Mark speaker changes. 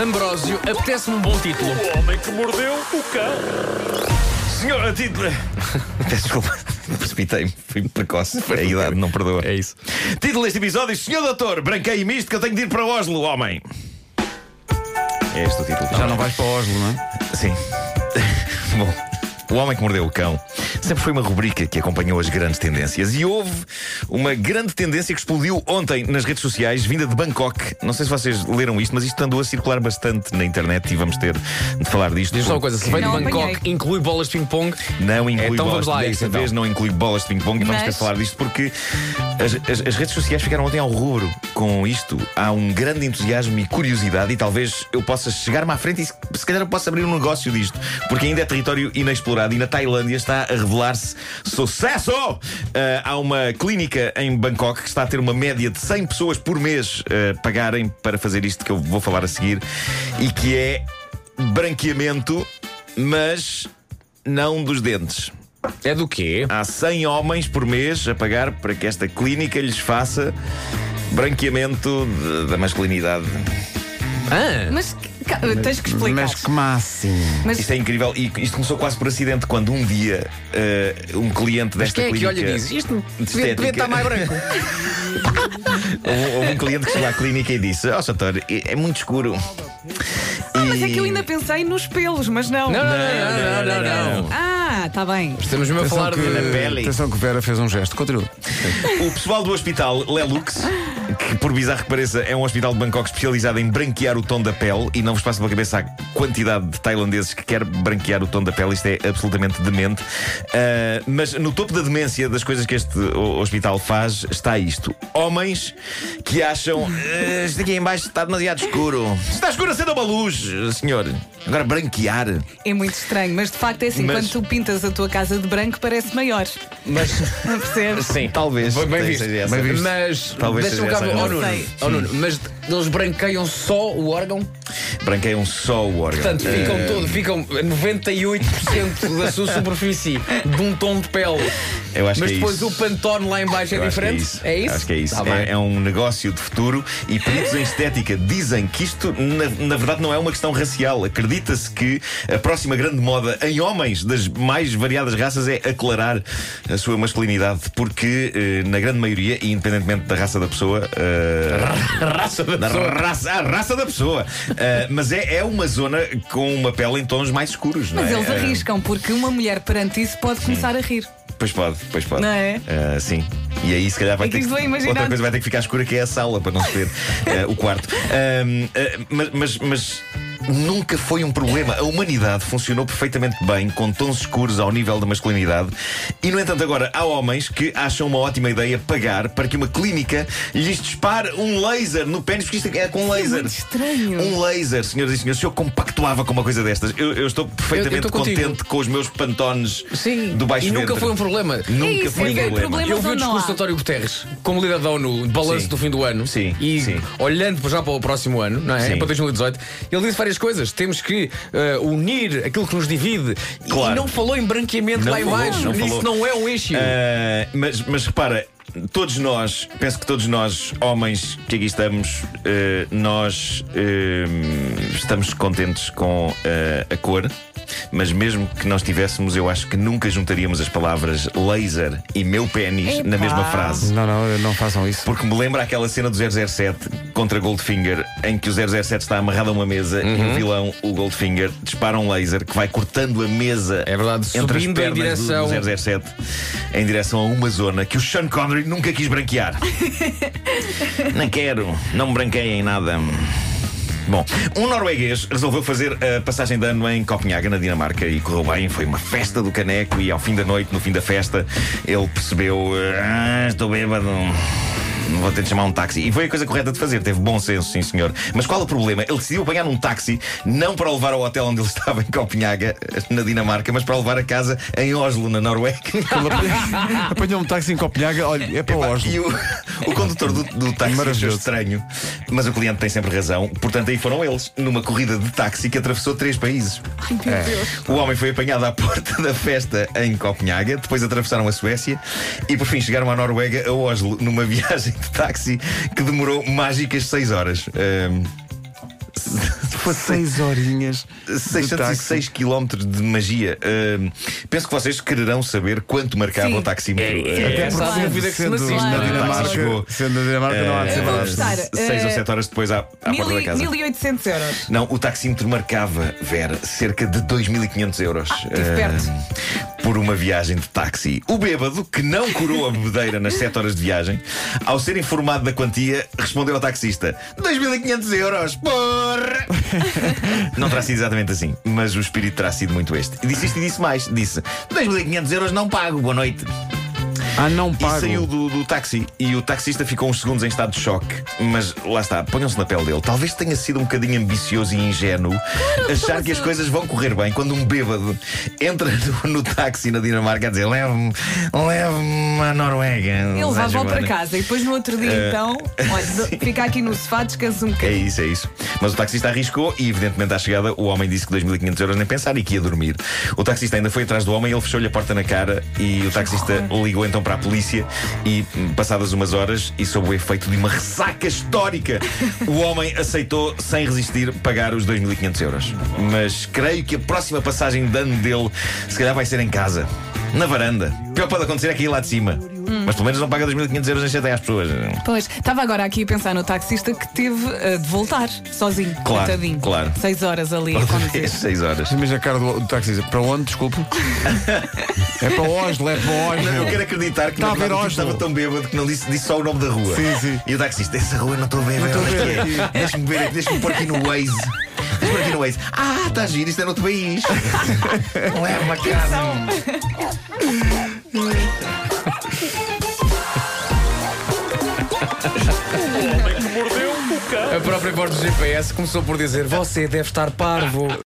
Speaker 1: Ambrósio, apetece-me um bom título.
Speaker 2: O homem que mordeu o cão. Senhor, a título.
Speaker 3: Peço desculpa, precipitei-me, fui precoce. A idade não perdoa.
Speaker 1: É isso.
Speaker 3: Título deste episódio: Senhor Doutor, branquei-me isto que eu tenho de ir para Oslo, homem. É este o título.
Speaker 4: Já não vais para Oslo, não é?
Speaker 3: Sim. Bom, O Homem que Mordeu o Cão sempre foi uma rubrica que acompanhou as grandes tendências. E houve uma grande tendência que explodiu ontem nas redes sociais, vinda de Bangkok. Não sei se vocês leram isto, mas isto andou a circular bastante na internet e vamos ter de falar disto.
Speaker 1: Diz só uma coisa: se vem de
Speaker 5: Não
Speaker 1: Bangkok,
Speaker 5: apanhei.
Speaker 1: inclui bolas de ping-pong.
Speaker 3: Não inclui
Speaker 1: Então
Speaker 3: bolas.
Speaker 1: vamos lá a
Speaker 3: Desta
Speaker 1: isso, então.
Speaker 3: vez não inclui bolas de ping-pong e
Speaker 5: Mas-
Speaker 3: vamos ter de falar disto porque as, as- as redes sociais ficaram ontem ao rubro com isto. Há um grande entusiasmo e curiosidade e talvez eu possa chegar-me à frente e se, se calhar eu possa abrir um negócio disto. Porque ainda é território inexplorado e na Tailândia está a revelar-se sucesso! Ah, há uma clínica em Bangkok que está a ter uma média de 100 pessoas por mês ah, pagarem para fazer isto que eu vou falar a seguir e que é branqueamento, mas não dos dentes.
Speaker 1: É do quê?
Speaker 3: Há 100 homens por mês a pagar para que esta clínica lhes faça branqueamento de- da masculinidade.
Speaker 1: Ah,
Speaker 5: Mas que- ca- tens que explicar.
Speaker 4: Mas que massa. sim.
Speaker 5: Mas-
Speaker 3: Isto é incrível e isto começou quase por acidente quando um dia eh, um cliente desta
Speaker 1: quem é que
Speaker 3: clínica.
Speaker 1: olha e diz? Isto
Speaker 3: de
Speaker 1: devia, devia
Speaker 3: estética-
Speaker 1: estar mais branco.
Speaker 3: Houve, houve um cliente que chegou à clínica e disse: Ó, Sator, é é muito escuro.
Speaker 5: Ah, mas é que eu
Speaker 3: E-
Speaker 5: ainda pensei nos pelos, mas não.
Speaker 1: Não, não, não, não, não, não.
Speaker 5: Ah, está bem.
Speaker 1: Estamos mesmo a falar
Speaker 4: Atenção
Speaker 1: de.
Speaker 4: que-
Speaker 3: pele.
Speaker 4: Atenção que Vera fez um gesto. Continua.
Speaker 3: O pessoal do hospital Lelux, que por bizarro que pareça é um hospital de Bangkok especializado em branquear o tom da pele, e não vos passa pela cabeça a quantidade de tailandeses que quer branquear o tom da pele, isto é absolutamente demente. Ah, mas no topo da demência das coisas que este o- hospital faz está isto: homens que acham "Eh, isto aqui em baixo está demasiado escuro. Está escuro, acenda uma luz, senhor. Agora branquear.
Speaker 5: É muito estranho, mas de facto é assim:
Speaker 3: Mas-
Speaker 5: quando tu pintas a tua casa de branco, parece maior.
Speaker 1: Mas.
Speaker 5: Não percebes?
Speaker 1: Sim.
Speaker 3: Talvez.
Speaker 1: Foi bem
Speaker 3: Tem-
Speaker 1: visto.
Speaker 3: seja essa.
Speaker 4: Bem visto.
Speaker 1: Mas.
Speaker 3: Talvez
Speaker 1: Deixa-me
Speaker 3: seja
Speaker 1: cá
Speaker 3: essa a
Speaker 1: oh,
Speaker 3: melhor.
Speaker 1: Nuno,
Speaker 5: Sei.
Speaker 1: oh, Nuno, mas eles branqueiam só o órgão?
Speaker 3: Branqueiam só o órgão.
Speaker 1: Portanto,
Speaker 3: Eh,
Speaker 1: ficam todo, ficam 98% da sua superfície de um tom de pele.
Speaker 3: Eu acho
Speaker 1: Mas
Speaker 3: que é
Speaker 1: depois
Speaker 3: isso.
Speaker 1: o pantone lá em baixo
Speaker 3: Eu
Speaker 1: é
Speaker 3: acho que
Speaker 1: diferente?
Speaker 3: É isso? Acho que é isso.
Speaker 1: Tá
Speaker 3: é,
Speaker 1: bem.
Speaker 3: é um negócio de futuro e peritos em estética dizem que isto, na, na verdade, não é uma questão racial. Acredita-se que a próxima grande moda em homens das mais variadas raças é aclarar a sua masculinidade, porque eh, na grande maioria, e independentemente da raça da pessoa, eh, raça da pessoa. Raça, a raça da pessoa. Eh, mas é, é uma zona com uma pele em tons mais escuros, não
Speaker 5: Mas
Speaker 3: é?
Speaker 5: eles
Speaker 3: Eh,
Speaker 5: arriscam, porque uma mulher perante isso pode começar a rir.
Speaker 3: Pois pode, pois pode.
Speaker 5: Não é?
Speaker 3: Ah, sim. E aí, se calhar, vai
Speaker 5: É que
Speaker 3: ter
Speaker 5: isto vai imaginar-
Speaker 3: outra coisa vai ter que ficar escura, que é a sala, para não se ver ah, o quarto. Ahm, ah, mas, mas, mas nunca foi um problema. A humanidade funcionou perfeitamente bem, com tons escuros ao nível da masculinidade. E, no entanto, agora há homens que acham uma ótima ideia pagar para que uma clínica lhes dispare um laser no pênis, porque isto é com laser.
Speaker 5: muito estranho.
Speaker 3: Um laser, senhoras e senhores. Se eu compactuava com uma coisa destas, eu, eu estou perfeitamente
Speaker 1: contigo.
Speaker 3: contente com os meus pantones
Speaker 1: Sim.
Speaker 3: do baixo
Speaker 1: e nunca
Speaker 3: ventre.
Speaker 1: foi um problema.
Speaker 3: Nunca
Speaker 5: isso,
Speaker 3: foi
Speaker 5: é
Speaker 3: um
Speaker 5: que é
Speaker 3: problema.
Speaker 5: problema. Mas
Speaker 1: Eu vi
Speaker 5: ou
Speaker 1: o
Speaker 5: não
Speaker 1: discurso
Speaker 5: há?
Speaker 1: de António Guterres como líder da ONU, de balanço
Speaker 3: Sim.
Speaker 1: do fim do ano,
Speaker 3: Sim,
Speaker 1: e
Speaker 3: sim.
Speaker 1: olhando já para o próximo ano, não é?
Speaker 3: Sim.
Speaker 1: Para 2018, ele disse várias coisas. Temos que eh, unir aquilo que nos divide E-
Speaker 3: Claro.
Speaker 1: e não falou em branqueamento
Speaker 3: Não
Speaker 1: lá
Speaker 3: falou,
Speaker 1: embaixo.
Speaker 3: não
Speaker 1: Isso
Speaker 3: falou.
Speaker 1: não é um issue.
Speaker 3: Ah, mas, mas repara, todos nós, penso que todos nós, homens que aqui estamos, eh, nós eh, estamos contentes com eh, a cor. Mas mesmo que nós tivéssemos, eu acho que nunca juntaríamos as palavras laser e meu pênis na
Speaker 5: Epá.
Speaker 3: mesma frase.
Speaker 4: Não, não, não façam isso.
Speaker 3: Porque me lembra aquela cena do 007 contra Goldfinger, em que o 007 está amarrado a uma mesa
Speaker 1: Uhum.
Speaker 3: e o vilão, o Goldfinger, dispara um laser que vai cortando a mesa.
Speaker 1: É verdade,
Speaker 3: entre as
Speaker 1: subindo em
Speaker 3: pernas
Speaker 1: direção-
Speaker 3: do, do 007 em direção a uma zona que o Sean Connery nunca quis branquear. não quero, não me branqueiem em nada. Bom, um norueguês resolveu fazer a passagem de ano em Copenhaga, na Dinamarca, e correu bem. Foi uma festa do caneco. E ao fim da noite, no fim da festa, ele percebeu: ah, estou bêbado. Vou ter de chamar um táxi. E foi a coisa correta de fazer, teve bom senso, sim senhor. Mas qual o problema? Ele decidiu apanhar um táxi, não para o levar ao hotel onde ele estava em Copenhaga, na Dinamarca, mas para o levar a casa em Oslo, na Noruega.
Speaker 4: Apanhou um táxi em Copenhaga, olha, é para
Speaker 3: Epá,
Speaker 4: Oslo.
Speaker 3: E o, o condutor do, do táxi achou
Speaker 4: É Maravilhoso.
Speaker 3: estranho, mas o cliente tem sempre razão. Portanto, aí foram eles, numa corrida de táxi que atravessou três países.
Speaker 5: Ai, meu
Speaker 3: É.
Speaker 5: Deus.
Speaker 3: O homem foi apanhado à porta da festa em Copenhaga, depois atravessaram a Suécia e por fim chegaram à Noruega, a Oslo, numa viagem de táxi que demorou mágicas seis horas. Ahm,
Speaker 4: Seis horinhas. de táxi.
Speaker 3: 606 km de magia. Ahm, penso que vocês quererão saber quanto marcava
Speaker 5: Sim.
Speaker 3: o taxímetro.
Speaker 1: É, é,
Speaker 3: Ah,
Speaker 1: é. Essa a dúvida que se me
Speaker 4: né? sendo
Speaker 1: assiste,
Speaker 4: na
Speaker 5: não é?
Speaker 4: Dinamarca,
Speaker 3: Chegou. É,
Speaker 4: sendo na Dinamarca não há de ser
Speaker 5: Eu Eh, vou
Speaker 4: barato.
Speaker 5: gostar.
Speaker 3: Seis ou
Speaker 5: Eh,
Speaker 3: 7 horas depois à, à porta da
Speaker 5: Mil e-
Speaker 3: casa.
Speaker 5: 1800 euros.
Speaker 3: Não, o taxímetro marcava, Vera, cerca de 2.500 euros
Speaker 5: estive
Speaker 3: eh,
Speaker 5: Ah, perto.
Speaker 3: por uma viagem de táxi. O bêbado, que não curou a bebedeira nas 7 horas de viagem, ao ser informado da quantia, respondeu ao taxista: 2.500 euros, porra! não terá sido exatamente assim, mas o espírito terá sido muito este. E disse isto e disse mais: disse 2.500 euros não pago, boa noite.
Speaker 4: Ah, não
Speaker 3: E saiu
Speaker 4: pago.
Speaker 3: do, do táxi e o taxista ficou uns segundos em estado de choque. Mas lá está, ponham-se na pele dele. Talvez tenha sido um bocadinho ambicioso e ingênuo achar
Speaker 5: é.
Speaker 3: que as coisas vão correr bem quando um bêbado entra no, no táxi na Dinamarca a dizer leve-me, leve-me à Noruega.
Speaker 5: Ele levava-o para
Speaker 3: Giovana."
Speaker 5: casa e depois no outro dia,
Speaker 3: Eh,
Speaker 5: então, olha, fica aqui no sofá, descansa um
Speaker 3: É
Speaker 5: bocadinho.
Speaker 3: isso, é isso. Mas o taxista arriscou e, evidentemente, à chegada, o homem disse que 2.500 euros nem pensar e que ia dormir. O taxista ainda foi atrás do homem, ele fechou-lhe a porta na cara e o taxista ligou então para a polícia. E, hum, passadas umas horas, e sob o efeito de uma ressaca histórica, o homem aceitou, sem resistir, pagar os 2.500 euros. Mas creio que a próxima passagem de ano dele, se calhar, vai ser em casa, na varanda. O pior que pode acontecer é que ir lá de cima. Mas pelo menos não paga 2.500 euros nem chateia às pessoas.
Speaker 5: Pois, estava agora aqui a pensar no taxista que teve eh, de voltar sozinho,
Speaker 3: Claro,
Speaker 5: coitadinho.
Speaker 3: claro.
Speaker 5: Seis horas ali a conduzir.
Speaker 3: 6 horas.
Speaker 4: Imagina a cara do, do taxista. Para onde? Desculpe. é para Oslo, é para
Speaker 3: Não, eu
Speaker 4: Oslo.
Speaker 3: quero acreditar que
Speaker 4: Tá
Speaker 3: na
Speaker 4: a ver
Speaker 3: verdade, eu
Speaker 4: Oslo.
Speaker 3: estava tão bêbado que não disse, disse só o nome da rua.
Speaker 4: Sim, sim.
Speaker 3: E o taxista, essa rua não estou a ver, ver
Speaker 4: Não estou a
Speaker 3: onde é
Speaker 4: ver
Speaker 3: que é. Deixa-me ver, aqui, deixa-me pôr aqui no Waze. Deixa-me pôr aqui no Waze. Ah, está giro, isto é noutro país. Leva-me a casa.
Speaker 2: O homem que mordeu o cão.
Speaker 1: A própria voz do GPS começou por dizer: Você deve estar parvo.